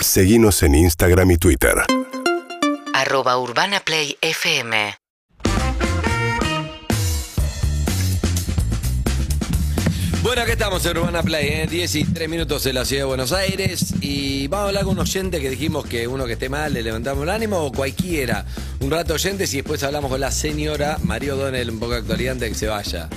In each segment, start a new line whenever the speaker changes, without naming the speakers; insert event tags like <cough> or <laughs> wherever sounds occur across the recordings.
Seguimos en Instagram y Twitter.
arroba urbanaplayfm
Bueno, acá estamos en Urbana Play, ¿eh? 10 y 3 minutos en la ciudad de Buenos Aires. Y vamos a hablar con un oyente que dijimos que uno que esté mal le levantamos el ánimo o cualquiera. Un rato oyentes y después hablamos con la señora Mario Donel, un poco de actualidad antes de que se vaya.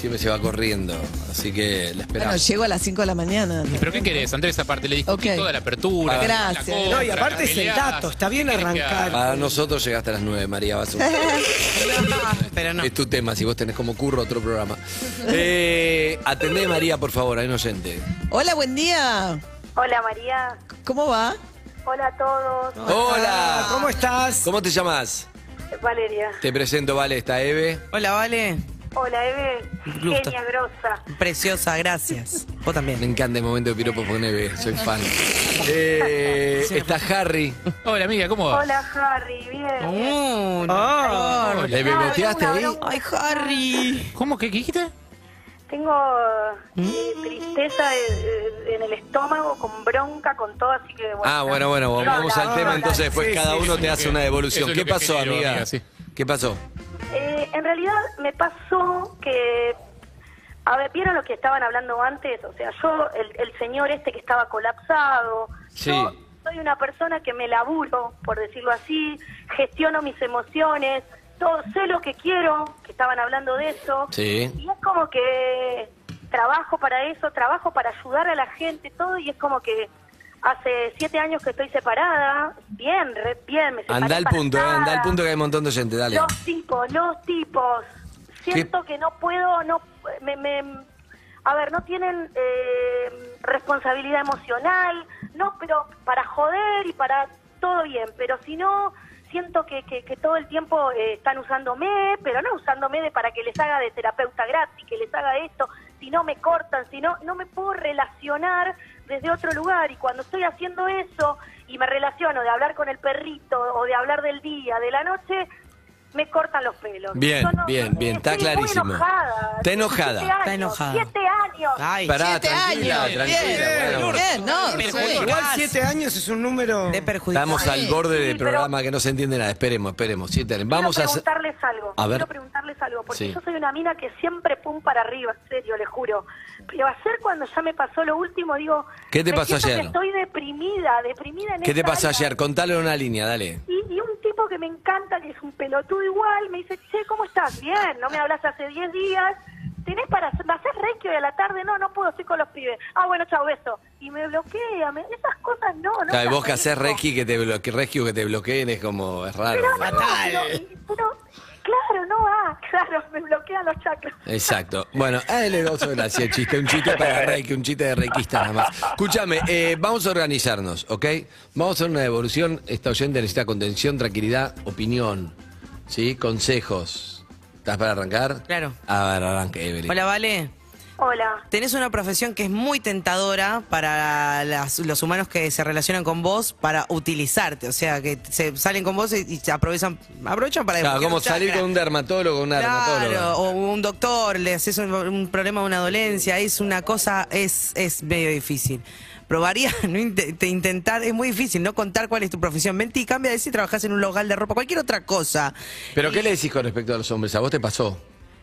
Siempre se va corriendo, así que la esperamos.
Bueno, llego a las 5 de la mañana. ¿no?
¿Pero qué querés, Andrés? Aparte, le discutí
Ok.
toda la apertura.
Gracias.
la compra,
No, y aparte
las
es el
peleas.
dato, está bien
¿Qué querés que
arrancar.
haga?
Para nosotros llegaste a las 9, María Basu.
Pero no.
Es tu tema, si vos tenés como curro otro programa. Eh, atendé, María, por favor, hay un oyente.
Hola, buen día.
Hola María,
¿Cómo va?
hola a todos,
¡Hola!
Ah, ¿Cómo estás?
¿Cómo te llamas?
Valeria.
Te presento, vale, está Eve.
Hola, Vale.
Hola Eve,
Gusto.
genia grosa.
Preciosa, gracias. Vos
Me
también.
encanta el momento de piropo con Eve, soy fan. Eh, está Harry.
Hola, amiga, ¿cómo vas?
Hola Harry, bien. bien.
Mm.
Oh,
¿Le
No,
beboteaste
tengo
Eh, ahí?
una bronca.
Ay, Harry.
¿Cómo? ¿Qué, qué dijiste?
Tengo
Mm.
eh, tristeza eh, en el estómago, con bronca, con todo, así que bueno.
Ah, bueno, bueno,
No,
vamos
la
al
verdad,
tema entonces, después
sí,
cada
sí,
uno te
lo
hace
que-
una devolución.
eso es
¿Qué
lo que
pasó,
genero,
amiga?
amiga, sí.
¿Qué pasó?
Eh, en realidad me pasó que, a ver, ¿vieron lo que estaban hablando antes? O sea, yo, el, el señor este que estaba colapsado,
Sí.
yo soy una persona que me laburo, por decirlo así, gestiono mis emociones, todo, sé lo que quiero, que estaban hablando de eso,
Sí.
y es como que trabajo para eso, trabajo para ayudar a la gente, todo, y es como que... Hace siete años que estoy separada, bien, re bien, me separé
Anda al
para
punto, eh, anda al
nada.
punto que hay un montón de gente, dale.
Los tipos, los tipos. Siento que no puedo, no, me, me- a ver, no tienen eh, responsabilidad emocional, no, pero para joder y para todo bien, pero si no, siento que, que, que todo el tiempo eh, están usándome, pero no usándome de para que les haga de terapeuta gratis, que les haga esto, si no me cortan, si no, no me puedo relacionar desde otro lugar y cuando estoy haciendo eso y me relaciono de hablar con el perrito o de hablar del día, de la noche, me cortan los pelos.
Bien,
Yo no- eh,
bien, bien, está
estoy muy
clarísimo.
enojada.
Está enojada.
Siete años,
Está enojada.
Siete años.
Ay,
Pará,
Siete
tranquila,
años.
tranquila.
bien,
bueno, bueno.
bien, no,
Pero
sí.
bueno.
Igual siete años es un número.
te perjudicás.
Estamos al
Sí,
borde del
sí, pero-
programa que no se entiende nada. Esperemos, esperemos. Siete años. Vamos a
Quiero
hacer-
preguntarles algo.
A ver.
Quiero preguntarles algo, porque
Sí.
yo soy una mina que siempre pum para arriba, en serio, le juro. Pero ayer cuando ya me pasó lo último, digo...
¿Qué te
me
pasó
siento
ayer?
que estoy deprimida, deprimida en
¿Qué te
esta
pasó
área.
ayer? Contale en una línea, dale.
Y, y un tipo que me encanta, que es un pelotudo igual, me dice, che, ¿cómo estás? Bien, no me hablas hace 10 días. ¿Tenés para hacer, hacer reiki hoy a la tarde? No, no puedo, estoy con los pibes. Ah, bueno, chao, beso. Y me bloquea, me- esas cosas no, no.
Claro,
las
vos que haces
manejo.
Reiki que te bloqueen, que te bloqueen es como es raro.
Pero,
¿no?
no, pero- pero, claro, no va, <laughs> claro, me bloquean los chakras.
Eh, Exacto. Bueno, ah, le gozo de gracia, chiste. Un chiste para Reiki, un chiste de Reikista nada más. Escúchame, eh, vamos a organizarnos, ¿ok? Vamos a hacer una devolución. Esta oyente necesita contención, tranquilidad, opinión, ¿sí? Consejos. ¿Estás para arrancar?
Claro.
A ver, arranque, Evelyn.
Hola, Vale.
Hola.
Tenés una profesión que es muy tentadora para las- los humanos que se relacionan con vos para utilizarte. O sea, que se salen con vos y, y se aprovechan, aprovechan para...
Claro,
desbloquear
como
un chakra.
salir con un dermatólogo, una
Claro,
dermatóloga.
o un doctor, le haces un, un problema, una dolencia, es una cosa, es, es medio difícil. Probaría <laughs> no inte- te intentar, es muy difícil no contar cuál es tu profesión. Mentí, cambia de si trabajás en un local de ropa, cualquier otra cosa.
Pero, ¿qué le decís con respecto a los hombres? ¿A vos te pasó?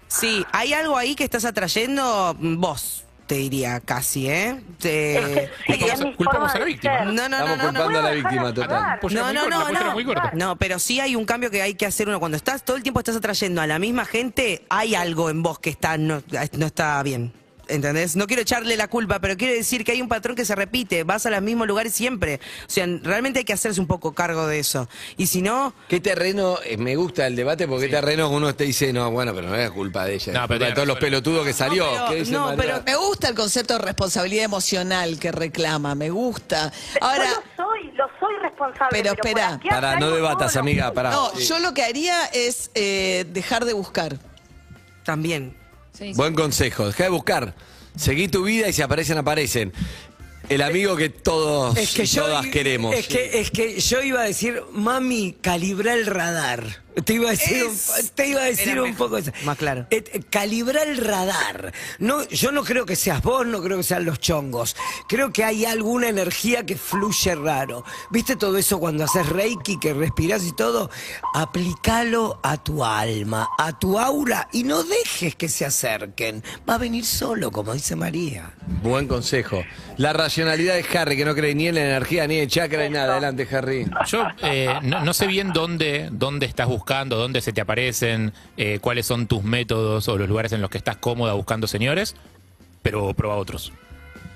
Sí, hay algo ahí que estás atrayendo mm, vos, te diría casi, ¿eh?
<laughs>
Te-
Sí,
culpamos-
es mi
culpamos
forma
a la
de
víctima.
ser.
no, no, no,
Estamos
no, no.
culpando a la
Voy a
víctima,
dejar de
total.
jugar.
Polla Pues muy corta, pollera muy corta.
No, pero sí hay un cambio que hay que hacer uno. Cuando estás todo el tiempo estás atrayendo a la misma gente, hay algo en vos que está no, no está bien. ¿Entendés? No quiero echarle la culpa, pero quiero decir que hay un patrón que se repite. Vas a los mismos lugares siempre. O sea, realmente hay que hacerse un poco cargo de eso. Y si no,
¿Qué terreno? eh, me gusta el debate porque qué terreno uno te dice, no, bueno, pero no es culpa de ella.
No,
es
pero
culpa de
tiene
todos los
razón.
pelotudos que salió.
pero-
¿Qué dice
no,
María?
pero-
Me gusta el concepto de responsabilidad emocional que reclama, me gusta. Ahora,
yo lo soy, lo soy responsable.
Pero
por
espera.
aquí
Pará, no
atraigo
debatas,
todo lo
amiga,
mismo.
pará.
no,
Ah, Sí.
yo lo que haría es eh, dejar de buscar.
también.
Buen consejo, deja de buscar. Seguí tu vida y si aparecen, aparecen. El amigo que todos y todas queremos.
eh,
Es que, es que yo iba a decir, mami, calibra el radar.
Te iba a decir, un,
Es-
te iba a decir
era
un
mejor,
poco eso.
más claro.
Eh, eh, calibrar el radar. No, yo no creo que seas vos, no creo que sean los chongos. Creo que hay alguna energía que fluye raro. ¿Viste todo eso cuando haces reiki, que respiras y todo? Aplicalo a tu alma, a tu aura y no dejes que se acerquen. Va a venir solo, como dice María.
Buen consejo. La racionalidad de Harry, que no cree ni en la energía, ni en el chakra, ni nada. Adelante, Harry.
Yo eh, no, no sé bien dónde, dónde estás buscando, dónde se te aparecen, eh, cuáles son tus métodos o los lugares en los que estás cómoda buscando señores, pero prueba otros.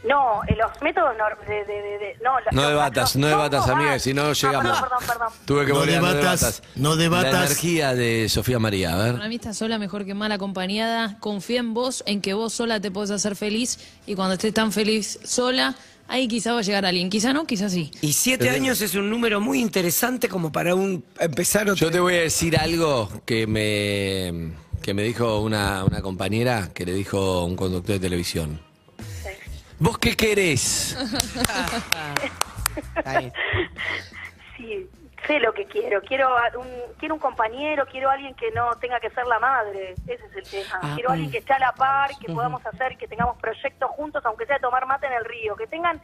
No, eh, los métodos nor- de, de- de- de- no, los-
No
los-
debatas, no
los-
debatas,
no,
amiga,
ah,
si no
ah,
llegamos.
Perdón, perdón, perdón.
Tuve que
No
volver no
debatas,
debatas.
no debatas.
La energía de Sofía María, a
Para
ver.
mí estás sola mejor que mal acompañada. Confía en vos, en que vos sola te podés hacer feliz. Y cuando estés tan feliz sola, ahí quizá va a llegar alguien. Quizá no, quizá sí.
Y siete años es un número muy interesante como para un empezar otro.
Yo te voy a decir algo que me, que me dijo una, una compañera, que le dijo un conductor de televisión. ¿Vos qué querés?
Está bien.
Sí, sé lo que quiero. Quiero a- un, quiero un compañero, quiero alguien que no tenga que ser la madre. Ese es el tema.
Ah,
quiero alguien que esté a la par, que podamos hacer, que tengamos proyectos juntos, aunque sea tomar mate en el río. Que tengan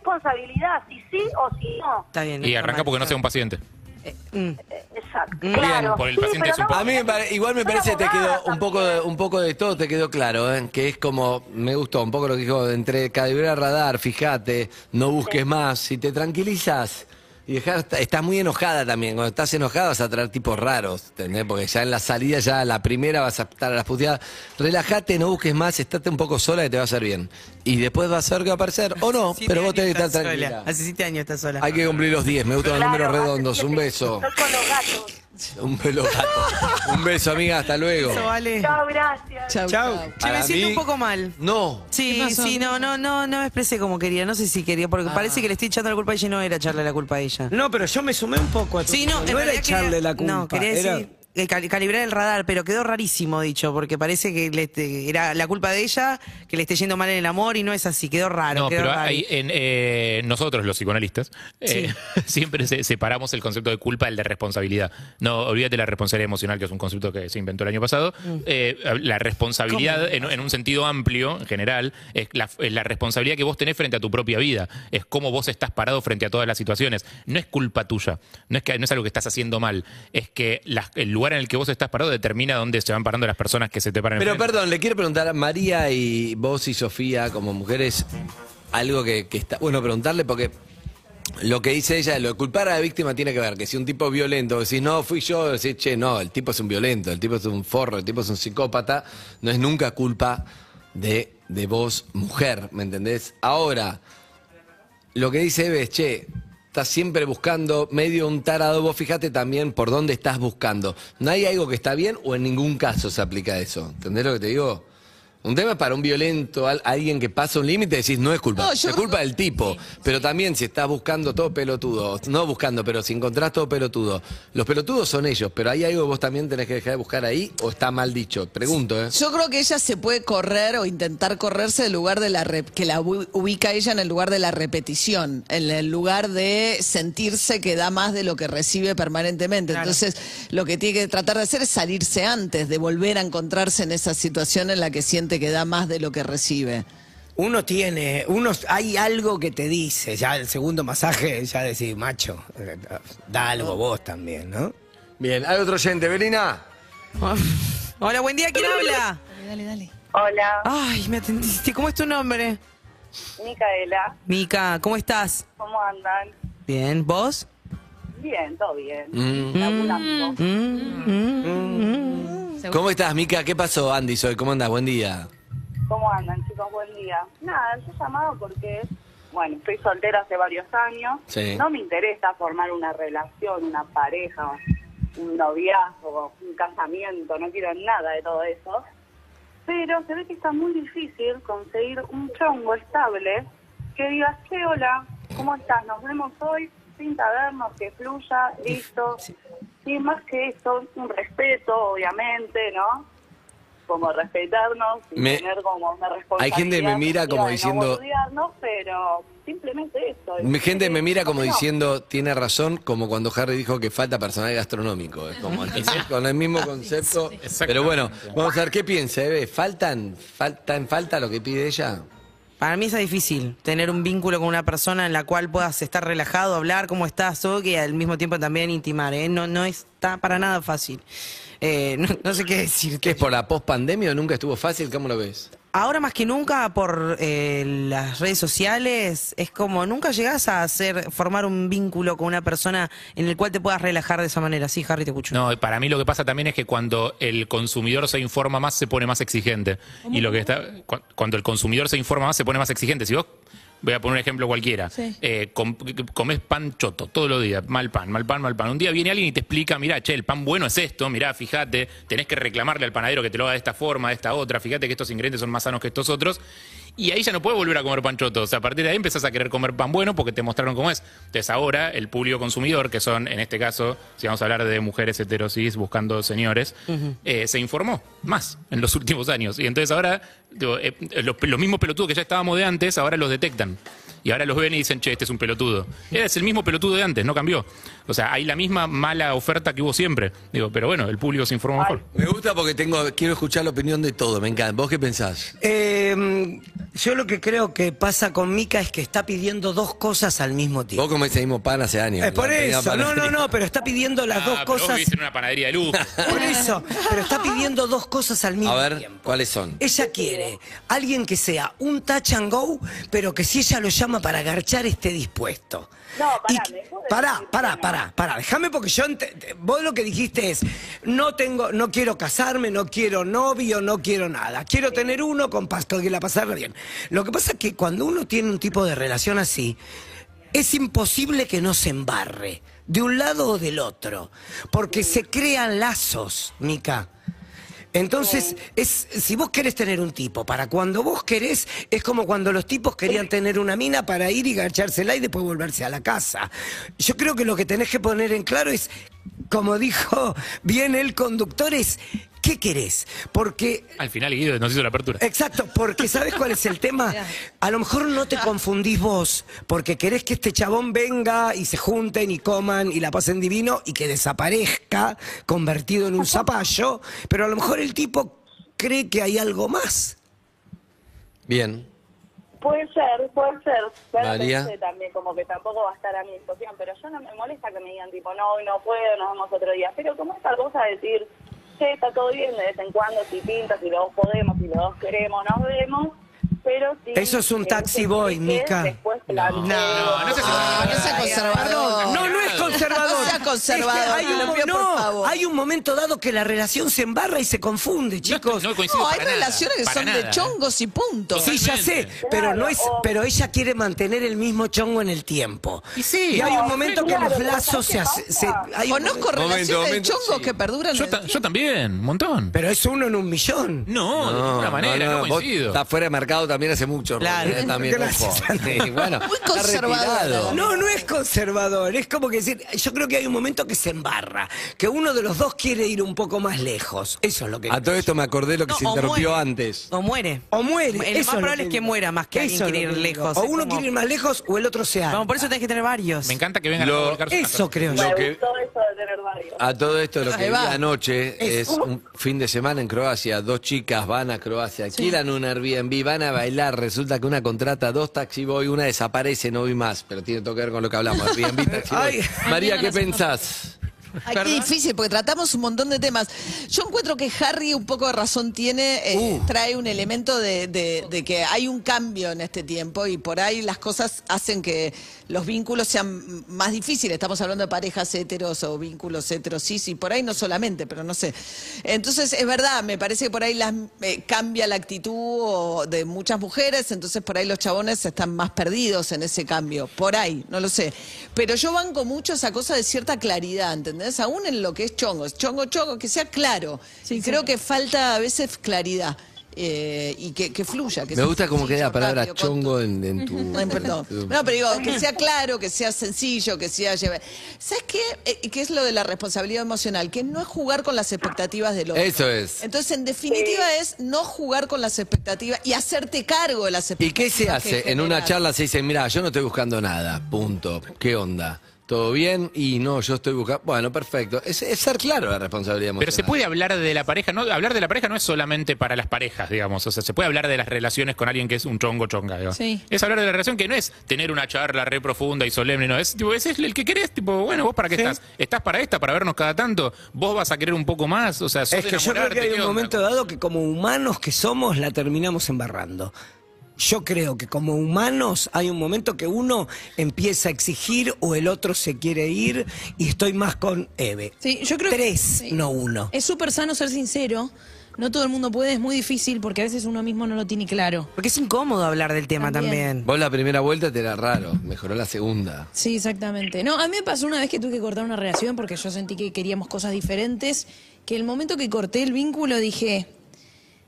responsabilidad, si sí o si no.
Está bien.
Y arranca porque no sea un paciente.
Eh, Exacto.
Bien,
claro.
por el
Sí,
paciente
pero
es un
no-
poco-
A mí me pare- igual me
Soy
parece que te
abogada
quedó un poco, de,
también.
un poco de todo, te quedó claro, ¿eh? que es como, me gustó, un poco lo que dijo, entre calibrar radar, fíjate, no busques más, si te tranquilizas. Y dejar, estás muy enojada también. Cuando estás enojada vas a traer tipos raros, ¿entendés? Porque ya en la salida, ya la primera vas a estar a las puteadas. Relájate, no busques más, estate un poco sola que te va a hacer bien. Y después va a ser que va a aparecer, o no,
Siete
pero vos
años
tenés que estar
estás sola.
tranquila.
Hace siete años estás sola.
Hay que cumplir los 10, me gustan los
Claro,
números
hace
redondos. Un
siete.
beso.
Estoy con los gatos.
Un pelo gato. Un beso, amiga, hasta luego.
Eso vale.
Chao, gracias.
Chau,
Chau.
chau.
Che,
Para
me siento
mí-
un poco mal.
No.
Sí,
¿Qué pasó?
sí, no, no, no, no me expresé como quería. No sé si quería, porque
Ah.
parece que le estoy echando la culpa a ella y no era echarle la culpa a ella.
No, pero yo me sumé un poco a tu
Sí, no, en
era
realidad
echarle la culpa,
No, quería
era-
decir eh, cali- calibrar el radar, pero quedó rarísimo dicho, porque parece que le este- era la culpa de ella que le esté yendo mal en el amor y no es así, quedó raro.
No,
quedó
pero
raro.
hay- en, eh, nosotros los psicoanalistas eh, <laughs> siempre se- separamos el concepto de culpa del de responsabilidad. No, olvídate la responsabilidad emocional, que es un concepto que se inventó el año pasado.
Mm.
Eh, la responsabilidad en, en un sentido amplio, en general, es la, es la responsabilidad que vos tenés frente a tu propia vida. Es cómo vos estás parado frente a todas las situaciones. No es culpa tuya, no es, que, no es algo que estás haciendo mal, es que las- el lugar en el que vos estás parado determina dónde se van parando las personas que se te paran
Pero
enfrente.
perdón, le quiero preguntar a María y vos y Sofía como mujeres algo que, que está bueno preguntarle porque lo que dice ella, lo de culpar a la víctima tiene que ver que si un tipo es violento, decís no, fui yo, decís che, no, el tipo es un violento, el tipo es un forro, el tipo es un psicópata, no es nunca culpa de, de vos, mujer, ¿me entendés? Ahora, lo que dice Eve es, che, estás siempre buscando medio un tarado, vos fíjate también por dónde estás buscando. ¿No hay algo que está bien o en ningún caso se aplica eso? ¿Entendés lo que te digo? Un tema es para un violento, al- alguien que pasa un límite, decís, no es culpa,
No, yo
es
creo
culpa del tipo. pero también si estás buscando todo pelotudo, no buscando, pero si encontrás todo pelotudo, los pelotudos son ellos, pero hay algo que vos también tenés que dejar de buscar ahí o está mal dicho. Pregunto, ¿eh?
Yo creo que ella se puede correr o intentar correrse del lugar de la rep- que la u- ubica ella en el lugar de la repetición, en el lugar de sentirse que da más de lo que recibe permanentemente. Entonces, lo que tiene que tratar de hacer es salirse antes de volver a encontrarse en esa situación en la que siente que da más de lo que recibe.
Uno tiene, uno, hay algo que te dice, ya el segundo masaje, ya decís, macho, eh, da algo vos también, ¿no?
Bien, hay otro oyente, Belina.
<laughs> Hola, buen día, ¿quién habla?
Dale, dale, dale.
Hola,
Ay, me atendiste, ¿cómo es tu nombre?
Micaela,
Mica, ¿cómo estás?
¿cómo andan?
Bien, ¿vos?
Bien, todo bien.
Mm.
Laburando.
Mm.
Mm.
¿Cómo estás, Mica? ¿Qué pasó, Andy? Soy, ¿cómo andás? Buen día.
¿Cómo andan, chicos? Buen día. Nada, yo he llamado porque, bueno, estoy soltera hace varios años.
Sí.
No me interesa formar una relación, una pareja, un noviazgo, un casamiento. No quiero nada de todo eso. Pero se ve que está muy difícil conseguir un chongo estable que diga, che, hola, ¿cómo estás? Nos vemos hoy sin tabernos, que fluya, listo. Sin más que eso, un respeto, obviamente, ¿no? Como respetarnos y
Me-
tener como una
Hay gente que me mira como
responsabilidad,
diciendo-
No boludearnos, pero simplemente eso.
Mi gente me mira como diciendo, tiene razón, como cuando Harry dijo que falta personal gastronómico. Es
<laughs>
como ¿entendés? con el mismo concepto. Pero bueno, vamos a ver qué piensa, Eve. ¿Faltan, faltan, falta lo que pide ella?
Para mí es difícil tener un vínculo con una persona en la cual puedas estar relajado, hablar cómo estás, o que al mismo tiempo también intimar. ¿eh? No, no está para nada fácil. Eh, <laughs> no, no sé qué decir.
¿Qué es por la post pandemia o nunca estuvo fácil? ¿Cómo lo ves?
Ahora más que nunca por eh, las redes sociales es como nunca llegás a hacer formar un vínculo con una persona en el cual te puedas relajar de esa manera. Sí, Harry, te escucho.
No, para mí lo que pasa también es que cuando el consumidor se informa más, se pone más exigente. Y lo que está. cu- Cuando el consumidor se informa más, se pone más exigente. Si vos. Voy a poner un ejemplo cualquiera.
Sí.
Eh, com- comés pan choto todos los días, mal pan, mal pan, mal pan. Un día viene alguien y te explica, mirá, che, el pan bueno es esto, mirá, fíjate, tenés que reclamarle al panadero que te lo haga de esta forma, de esta otra, fíjate que estos ingredientes son más sanos que estos otros. Y ahí ya no puedes volver a comer pan choto. O sea, a partir de ahí empezás a querer comer pan bueno porque te mostraron cómo es. Entonces ahora el público consumidor, que son, en este caso, si vamos a hablar de mujeres heterosis buscando señores, eh, se informó más en los <laughs> últimos años. Y entonces ahora digo, eh, los, los mismos pelotudos que ya estábamos de antes, ahora los detectan. Y ahora los ven y dicen, che, este es un pelotudo. Es el mismo pelotudo de antes, no cambió. O sea, hay la misma mala oferta que hubo siempre. Digo, pero bueno, el público se informó mejor.
Me gusta porque tengo, quiero escuchar la opinión de todo, me encanta. ¿Vos qué pensás?
Eh, yo lo que creo que pasa con Mica es que está pidiendo dos cosas al mismo tiempo.
Vos comés ese mismo pan hace años.
Es por
la misma
eso, no, no,
panadería.
no, pero está pidiendo las
Ah,
dos
pero vos
cosas.
vivís en una panadería de
<laughs>
luz.
Por eso, pero está pidiendo dos cosas al mismo
A ver,
tiempo.
¿cuáles son?
Ella quiere alguien que sea un touch and go, pero que si ella lo llama para garchar esté dispuesto.
No,
Y-
pará, ¿me puedo
pará,
decir?
pará, pará, pará, déjame porque yo ente- te- vos lo que dijiste es no tengo, no quiero casarme, no quiero novio, no quiero nada, quiero tener uno con pasto que la pasarla bien. Lo que pasa es que cuando uno tiene un tipo de relación así, es imposible que no se embarre, de un lado o del otro, porque se crean lazos, Mica. Entonces, es, si vos querés tener un tipo, para cuando vos querés, es como cuando los tipos querían tener una mina para ir y garchársela y después volverse a la casa. Yo creo que lo que tenés que poner en claro es, como dijo bien el conductor, es ¿qué querés? Porque
Al final Guido nos hizo la apertura.
Exacto, porque ¿sabes cuál es el tema? A lo mejor no te confundís vos, porque querés que este chabón venga y se junten y coman y la pasen divino y que desaparezca convertido en un zapallo, pero a lo mejor el tipo cree que hay algo más.
Bien.
Puede ser, puede ser. Pero
María.
pensé también como que tampoco va a estar a mi disposición, pero yo no me molesta que me digan tipo, no, hoy no puedo, nos vemos otro día. Pero como esta cosa de decir, che, está todo bien de vez en cuando, si pinta, si los dos podemos, si los dos queremos, nos vemos. Pero sí,
Eso es un
eh,
taxi
que-
boy,
que
Mica.
Después planteo.
no, no sé si-
Ah, no sea conservador.
No, no es conservador.
No sea conservador,
Es que hay, un,
te lo
mo-
pido, por
no,
favor.
hay un momento dado que la relación se embarra y se confunde, chicos.
No, no coincido
No, hay
para nada,
relaciones que
para
son de
nada. ¿eh?
chongos y punto.
Sí, ya sé,
Totalmente.
pero no es,
Claro, o-
pero ella quiere mantener el mismo chongo en el tiempo.
Y sí.
Y hay
No,
un momento que
claro,
los
pero
lazos se,
¿sabes qué
hace- se- hay un
Conozco
momento-
relaciones
Momento, momento,
de chongos
sí.
que perduran.
Yo,
en
ta-
el
yo también, un montón.
Pero es uno en un millón.
No, de ninguna manera, no,
vos
coincido.
Está fuera de mercado también hace mucho.
Claro.
Rodri, ¿eh? también,
<laughs> Gracias,
ojo. Sí, bueno,
Muy
está
conservadora.
retirado.
No, no es conservador, es como que decir, yo creo que hay un momento que se embarra, que uno de los dos quiere ir un poco más lejos. Eso es lo que
A todo esto me acordé lo que
No,
se
o
interrumpió
muere.
antes.
O muere.
o muere.
El
eso
más
lo
probable es que muera más que
Eso
alguien quiere
es lo
ir
que digo.
lejos.
O
Es
uno
como-
quiere ir más lejos o el otro se harta.
Vamos, por eso tenés que tener varios.
Me encanta que vengan
Lo-
a volcar su
Eso creo yo.
Lo
Me
que-
gustó eso de tener varios.
A todo esto lo
Ahí
que vi
va.
anoche es un fin de semana en Croacia. Dos chicas van a Croacia, alquilan un Airbnb, van a bailar. Resulta que una contrata dos taxi boy, una desaparece, no vi más. Pero tiene todo que ver con lo que hablamos. Airbnb, taxi boy.
Ay.
María, ¿qué pensás?
Ay, qué difícil, porque tratamos un montón de temas. Yo encuentro que Harry un poco de razón tiene, eh, trae un elemento de, de- de que hay un cambio en este tiempo y por ahí las cosas hacen que los vínculos sean más difíciles. Estamos hablando de parejas heteros o vínculos heterosis y por ahí no solamente, pero no sé. Entonces, es verdad, me parece que por ahí las, eh, cambia la actitud o de muchas mujeres, entonces por ahí los chabones están más perdidos en ese cambio. Por ahí, no lo sé. Pero yo banco mucho esa cosa de cierta claridad, ¿entendés? Aún en lo que es chongos, chongo, chongo, que sea claro.
Sí,
y
sí.
creo que falta a veces claridad. eh, y que, que fluya. Que
Me
sea
gusta cómo queda la
sencillo,
palabra
rápido, con-
chongo en, en tu.
<laughs> Ay, perdón.
en tu-
No, pero digo, que sea claro, que sea sencillo, que sea lleve. ¿Sabes qué? Eh, ¿Qué es lo de la responsabilidad emocional? Que no es jugar con las expectativas del otro.
Eso es.
Entonces, en definitiva, es no jugar con las expectativas y hacerte cargo de las
¿Y qué
expectativas.
se hace?
que
En una
generas.
charla se dice, mira, yo no estoy buscando nada, punto. ¿Qué onda? ¿Todo bien? Y no, yo estoy buscando... Bueno, perfecto. Es, es ser claro la responsabilidad emocional.
Pero se puede hablar de la pareja, no hablar de la pareja no es solamente para las parejas, digamos, o sea, se puede hablar de las relaciones con alguien que es un chongo chonga, digamos.
Sí.
Es hablar de la relación que no es tener una charla re profunda y solemne, no, es tipo, ese es el que querés, tipo, bueno, vos para qué estás? ¿Estás para esta, para vernos cada tanto? ¿Vos vas a querer un poco más? O sea, sos
Es que yo creo
enamorarte,
que hay
¿qué
un
onda?
momento dado que como humanos que somos la terminamos embarrando. Yo creo que como humanos hay un momento que uno empieza a exigir o el otro se quiere ir y estoy más con Eve.
Sí, yo creo que-
Tres,
sí.
no uno.
Es súper sano ser sincero. No todo el mundo puede, es muy difícil porque a veces uno mismo no lo tiene claro.
Porque es incómodo hablar del tema también.
También.
Vos la primera vuelta te era raro, mejoró la segunda.
Sí, exactamente. No, a mí me pasó una vez que tuve que cortar una relación porque yo sentí que queríamos cosas diferentes, que el momento que corté el vínculo dije,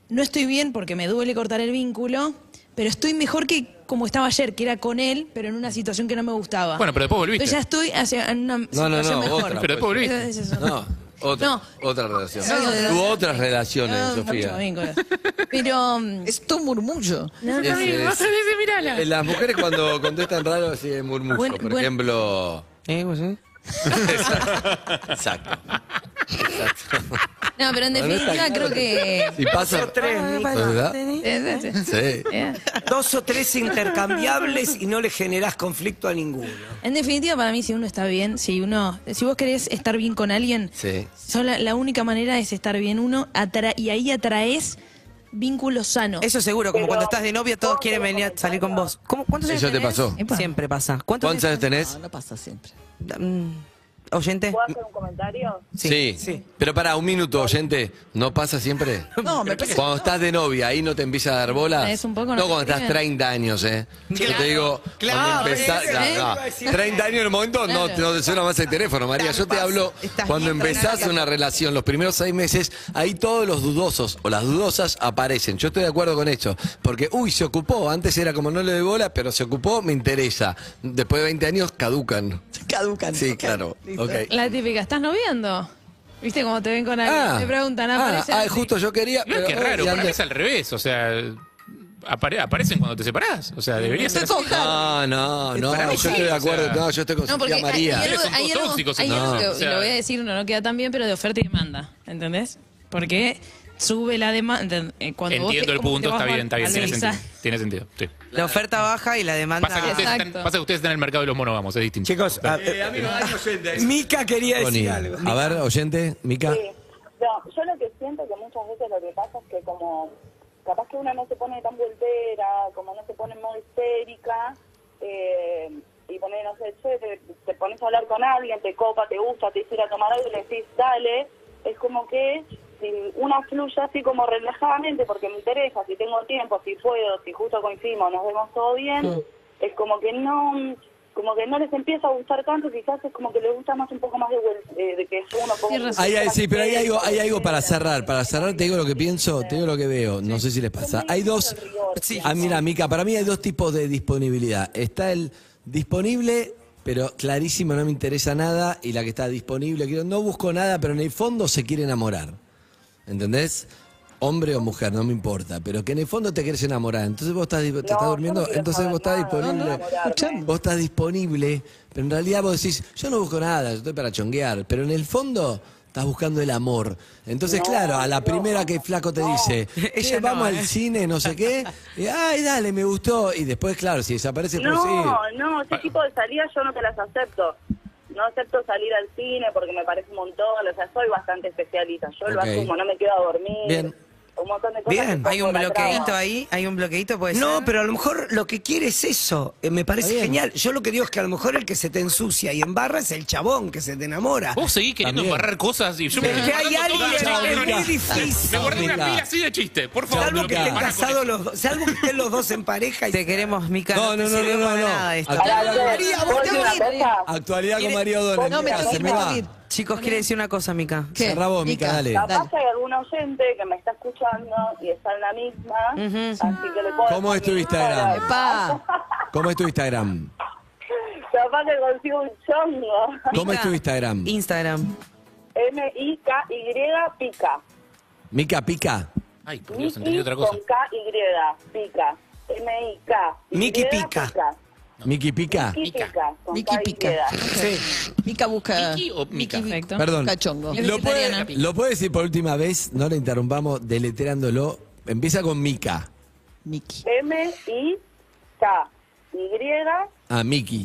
no estoy bien porque me duele cortar el vínculo, pero estoy mejor que como estaba ayer, que era con él, pero en una situación que no me
Ah.
gustaba.
Bueno, pero después volviste.
Entonces ya estoy hacia en una
No, no,
situación
no,
mejor.
otra.
Pero después
pues.
volviste.
Es eso.
No, otra,
No.
otra relación.
No, no, no.
Hubo otras relaciones,
No,
Sofía.
mucho vínculo. Pero... mm,
Es tu murmullo.
no, no,
Es-
no,
es-
ese, mírala.
Eh, Las mujeres cuando contestan raro así de murmullo,
Buen-
por
buen-
ejemplo...
¿Eh? ¿Vos sabés?
Exacto.
No, pero en
No, no
definitiva
está
creo
claro.
que...
Si pasa...
Tres,
Ah,
¿Verdad?
<laughs> Es ese.
Sí.
Eh.
dos o tres intercambiables y no le generás conflicto a ninguno.
En definitiva, para mí, si uno está bien, si uno, si vos querés estar bien con alguien,
Sí.
sola- la única manera es estar bien uno atra- y ahí atraes vínculos sanos.
Eso seguro, como cuando estás de novia todos quieren venir a salir con vos. ¿Cómo, ¿Cuántos años
Eso te
tenés?
pasó.
Epa.
Siempre pasa. ¿Cuántos
¿Cuántos años tenés?
No, no pasa siempre.
Mm, ¿Oyente?
¿Puedo hacer un comentario?
Sí. Pero para un minuto, oyente, ¿no pasa siempre?
<laughs> No, me parece.
Cuando estás de novia, ahí no te empieza a dar bola.
Es un poco, no
no
te
cuando estás
escriben.
30 años, ¿eh? Yo te digo, cuando empezás.
¿eh?
no, <laughs> no. 30 años en el momento no,
Claro.
no te suena más el teléfono, María. Yo te hablo
Estás
cuando
bien
empezás
tronada.
una relación, los primeros seis meses, ahí todos los dudosos o las dudosas aparecen. Yo estoy de acuerdo con esto. Porque, uy, se ocupó. Antes era como no le doy bola, pero se ocupó, me interesa. Después de 20 años, caducan.
Caducan.
Sí,
Ok,
claro.
listo.
Ok.
La típica, ¿estás noviando? ¿Viste cómo te ven con alguien? te preguntan,
ah,
aparecen
ah,
así.
justo yo quería.
No,
pero-
qué raro,
y
para
ande-
mí es al revés, o sea, apare- aparecen cuando te separás, o sea, debería ser
Estoy
así.
con
No,
Jaro.
no, no,
Para
yo
mí sí,
estoy de
o
acuerdo.
sea-
no, yo estoy con
No, porque
Sofía
hay,
Pues María.
hay algo,
Ustedes son
hay
todos
algo-
tóxicos,
hay algo
no,
que
o sea-
lo voy a decir, uno no queda tan bien, pero de oferta y demanda, ¿entendés? Porque sube la demanda. eh, Cuando vos
Entiendo
te-
el
como
punto,
te
está
vas
bien, está bien, tiene
valorizando.
sentido. Tiene sentido, sí.
La oferta baja y la demanda.
Pasa que, ustedes
Exacto.
están, pasa que ustedes están en el mercado de los monógamos, es distinto.
Chicos, ah, eh, a- Mica quería
Connie.
decir algo.
A ver, oyente, Mica.
Sí. No, yo lo que siento que muchas veces lo que pasa es que como capaz que una no se pone tan voltera, como no se pone muy histérica, eh, y pone, no sé, che, te, te pones a hablar con alguien, te copa, te gusta, te hiciera tomar algo y le decís, dale, es como que si una fluye así como relajadamente porque me interesa, si tengo tiempo, si puedo, si justo coincidimos, nos vemos todo bien, es como que no como que no les empieza a gustar tanto, quizás es como que les gusta más un poco más de, vuel- eh, de que uno ponga
Tienes razón.
Ahí, ahí, sí, pero ahí hay algo, hay algo para cerrar. Para cerrar te digo lo que pienso, te digo lo que veo. No sé si les pasa. Hay dos... Ah, mira, Mica, para mí hay dos tipos de disponibilidad. Está el disponible, pero clarísimo, no me interesa nada. Y la que está disponible, quiero, no busco nada, pero en el fondo se quiere enamorar. ¿Entendés? Hombre o mujer, no me importa, pero que en el fondo te quieres enamorar. Entonces vos estás, di- te estás
yo no
durmiendo,
quiero
entonces vos estás
saber nada,
disponible.
no quiero enamorarme.
Escuchame, Vos estás disponible, pero en realidad vos decís, yo no busco nada, yo estoy para chonguear, pero en el fondo estás buscando el amor. Entonces, claro, a la primera que el flaco te dice, "Che, vamos al cine, no sé qué, y, ay, dale, me gustó. Y después, claro, si desaparece, pues
No,
sí.
no, ese tipo de salidas yo no te las acepto. No acepto salir al cine porque me parece un montón, o sea, soy bastante especialista, yo lo
Ok.
asumo, no me quedo a dormir.
Bien.
Un montón de cosas. que
Bien,
son
Hay un
por atrás.
bloqueíto ahí, hay un bloqueíto, puede ser.
No, pero a lo mejor lo que quiere es eso. Eh, me parece
Está bien.
genial. Yo lo que digo es que a lo mejor el que se te ensucia y embarra es el chabón que se te enamora.
Vos seguís queriendo
También.
embarrar cosas y yo me
Pero
estoy
que hay
guardando todo,
alguien
chicos,
que
no,
es
no,
muy
no.
difícil.
Me guardé una
Mirá.
pila así de chiste, por favor.
Salvo
me
que
lo-
estén
para con
casados los dos, salvo que estén los dos en pareja y
Te queremos, Mica.
No, no,
te
no,
sirve
no, no,
para
no.
nada esto.
Actualidad,
María, vos
¿puedo
te
decir una
morís.
cosa?
actualidad con María O'Donnell.
No, me
Mirá,
tengo que
se me va.
ir.
Chicos, quiere decir una cosa, Mica.
¿Qué? Cerrá vos, Mica, Mica, dale.
Capaz hay algún oyente que me está escuchando y está en la misma, así que le puedo...
¿Cómo es tu Instagram? ¿Cómo es tu Instagram?
Capaz que consigo un
<laughs>
chongo.
¿Cómo es tu Instagram?
Instagram.
M-I-K-Y pica.
Mica Pica.
Ay, por Dios, entendí
Miki
otra cosa.
con K-Y pica. M-I-K.
Miki pica. Miki Pica.
Miki Ah, pica. con
Miki
K-Y.
pica. Mica busca.
¿Miki o Mica?
Perfecto.
Perdón.
Cachongo.
¿Lo puede, lo puede decir por última vez, no le interrumpamos deletreándolo. Empieza con Mica.
Miki.
M-I-K-Y-P-I-C-A.
Ah, Miki.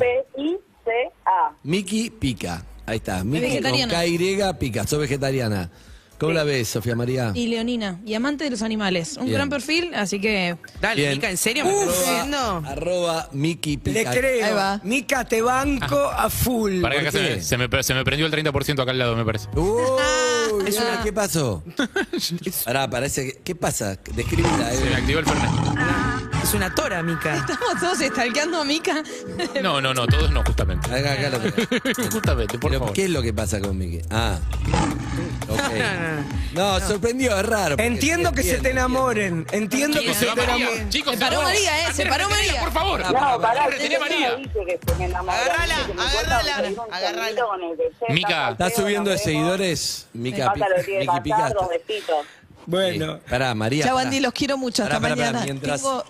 Miki Pica. Ahí está. Miki con
vegetariana.
KY Pica. Soy vegetariana. ¿Cómo la ves, Sofía María?
Y Leonina, y amante de los animales. Un
Bien.
gran perfil, así que.
Dale,
Bien.
Mica, ¿en serio me estás diciendo?
Arroba Miki
Le
Pica.
Ahí
creo.
va.
Mica, te banco a full.
Para que
¿Por
acá se
qué?
me, se, me, se me prendió el 30% acá al lado, me parece.
<laughs>
Uy, mirá, ¿Qué
<laughs>
pasó? Pará, parece que. ¿Qué pasa? Descríbela,
Se me
eh.
activó el Fernet.
Es una tora,
Ah.
Mica.
Estamos todos estalqueando a Mica.
No, no, no, todos no, justamente.
Acá, acá
<laughs>
lo tenés.
Justamente, por
Pero,
favor.
¿Qué es lo que pasa con Miki? Ah.
<laughs>
Ok. No, sorprendió, es raro. porque
Entiendo que se te
entiende.
enamoren. Entiendo que
Chicos, se
se
va
te
María.
enamoren.
Chicos,
Se paró
va.
María, eh, se
Andrés,
pará
retené,
María.
Por favor.
No, pará,
Retené
yo no
María.
dije que se me enamoró,
Agarrala,
dije que me
agarrala,
importa, pero son
agarrala.
millones de setas,
Mica.
¿Está
salseo,
subiendo de
nos vemos.
seguidores? Mica
Pasa lo que
Pica.
tiene que
Miki
pasar,
Pica.
dos besitos.
Bueno.
Pará, María.
Chao,
pará.
Andy, los quiero mucho. Hasta
Pará, pará, pará,
mañana.
Mientras,
Tengo-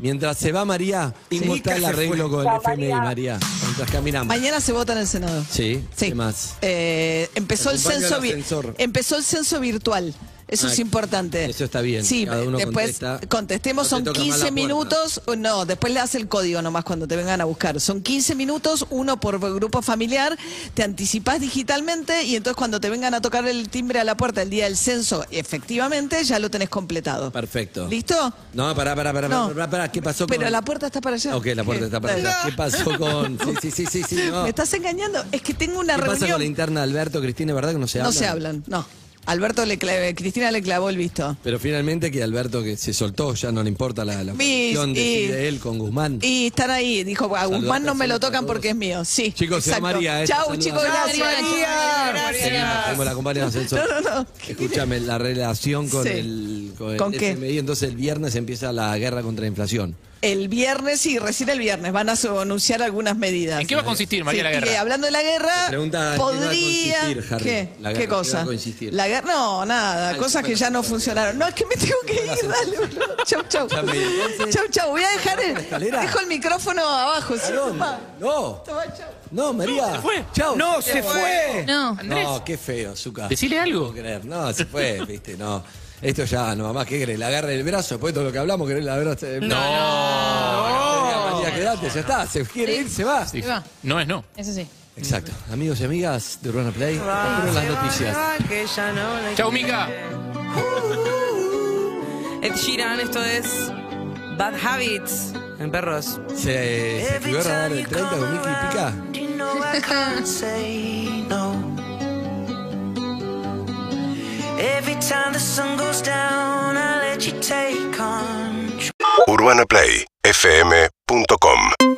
mientras se va María, ¿cómo está el
Mica se
arreglo
fue.
con el
Chao,
FMI,
María.
María? Mientras caminamos.
Mañana se vota en el Senado.
Sí,
Sí.
¿qué más?
Eh, empezó el
Acompaño
censo
al
vi-
ascensor.
empezó el censo virtual. Eso
Ah,
es importante.
eso está bien.
Sí,
Cada uno
después
contesta.
contestemos,
No te
son
toca más la
15
puerta.
minutos. o No, después le das el código nomás cuando te vengan a buscar. Son 15 minutos, uno por grupo familiar. Te anticipás digitalmente y entonces cuando te vengan a tocar el timbre a la puerta el día del censo, efectivamente ya lo tenés completado.
Perfecto.
¿Listo?
No, pará, pará, pará,
No.
pará, pará, ¿qué pasó con...?
Pero la puerta está para allá.
Ok, la puerta
¿Qué?
está para
Dale.
allá. ¿Qué pasó con...? Sí, sí, sí,
<laughs>
sí, sí, no.
¿Me estás engañando? Es que tengo una
¿Qué
reunión.
pasa con la interna de Alberto, Cristina? ¿Verdad que no se habla?
No se hablan, no. Alberto le clave, Cristina le clavó el visto.
Pero finalmente que Alberto que se soltó, ya no le importa la, la
Mis-
posición,
y-
decide él con Guzmán.
Y están ahí, dijo, a Guzmán no me lo tocan porque es mío. Sí.
Chicos, se va María, eh.
Chau,
Saluda.
chicos,
Chau,
gracias.
María.
Seguimos, tenemos la compañía de ascenso.
<laughs> No, no, no.
Escúchame, la relación con
Sí.
el, con el
¿Con qué?
FMI, entonces el viernes empieza la guerra contra la inflación.
El viernes, sí, recién el viernes, van a su- anunciar algunas medidas.
¿En qué va a consistir, María,
Sí,
la
y
guerra?
hablando de la
Me
guerra,
pregunta en qué va a
podría...
consistir, Harry,
¿Qué?
la guerra,
¿Qué
¿en qué va
cosa?
a consistir?
La guerra, no, nada,
Ay,
cosas que
bueno,
ya no
bueno.
funcionaron. No, es que me tengo que ir, dale. boludo. Chau, chau.
Ya me- entonces-
Chau, chau, voy a dejar el...
¿La escalera?
Dejo el micrófono abajo. ¿sí? Va.
No,
Toma, chau.
no, María.
se fue.
Chau.
No, se fue.
No.
Andrés.
No, qué feo, Zucca.
Decile
No
algo.
puedo creer. No, se
<laughs>
fue, viste, no. Esto ya, no, mamá, ¿qué querés? ¿La agarra el brazo? Después de todo lo que hablamos, ¿querés la agarra? No. no. María, quedate, ya está. Se quiere ir, se va.
Sí.
va.
No es no.
Eso sí.
Exacto. Amigos y amigas de Urbana Play, estas fueron las noticias.
Que ya no la
Chau,
quiere.
Mica.
Ed Sheeran, esto es Bad Habits en perros.
Se, se figura a dar el 30 con Miki Pica.
UrbanaPlayFM.com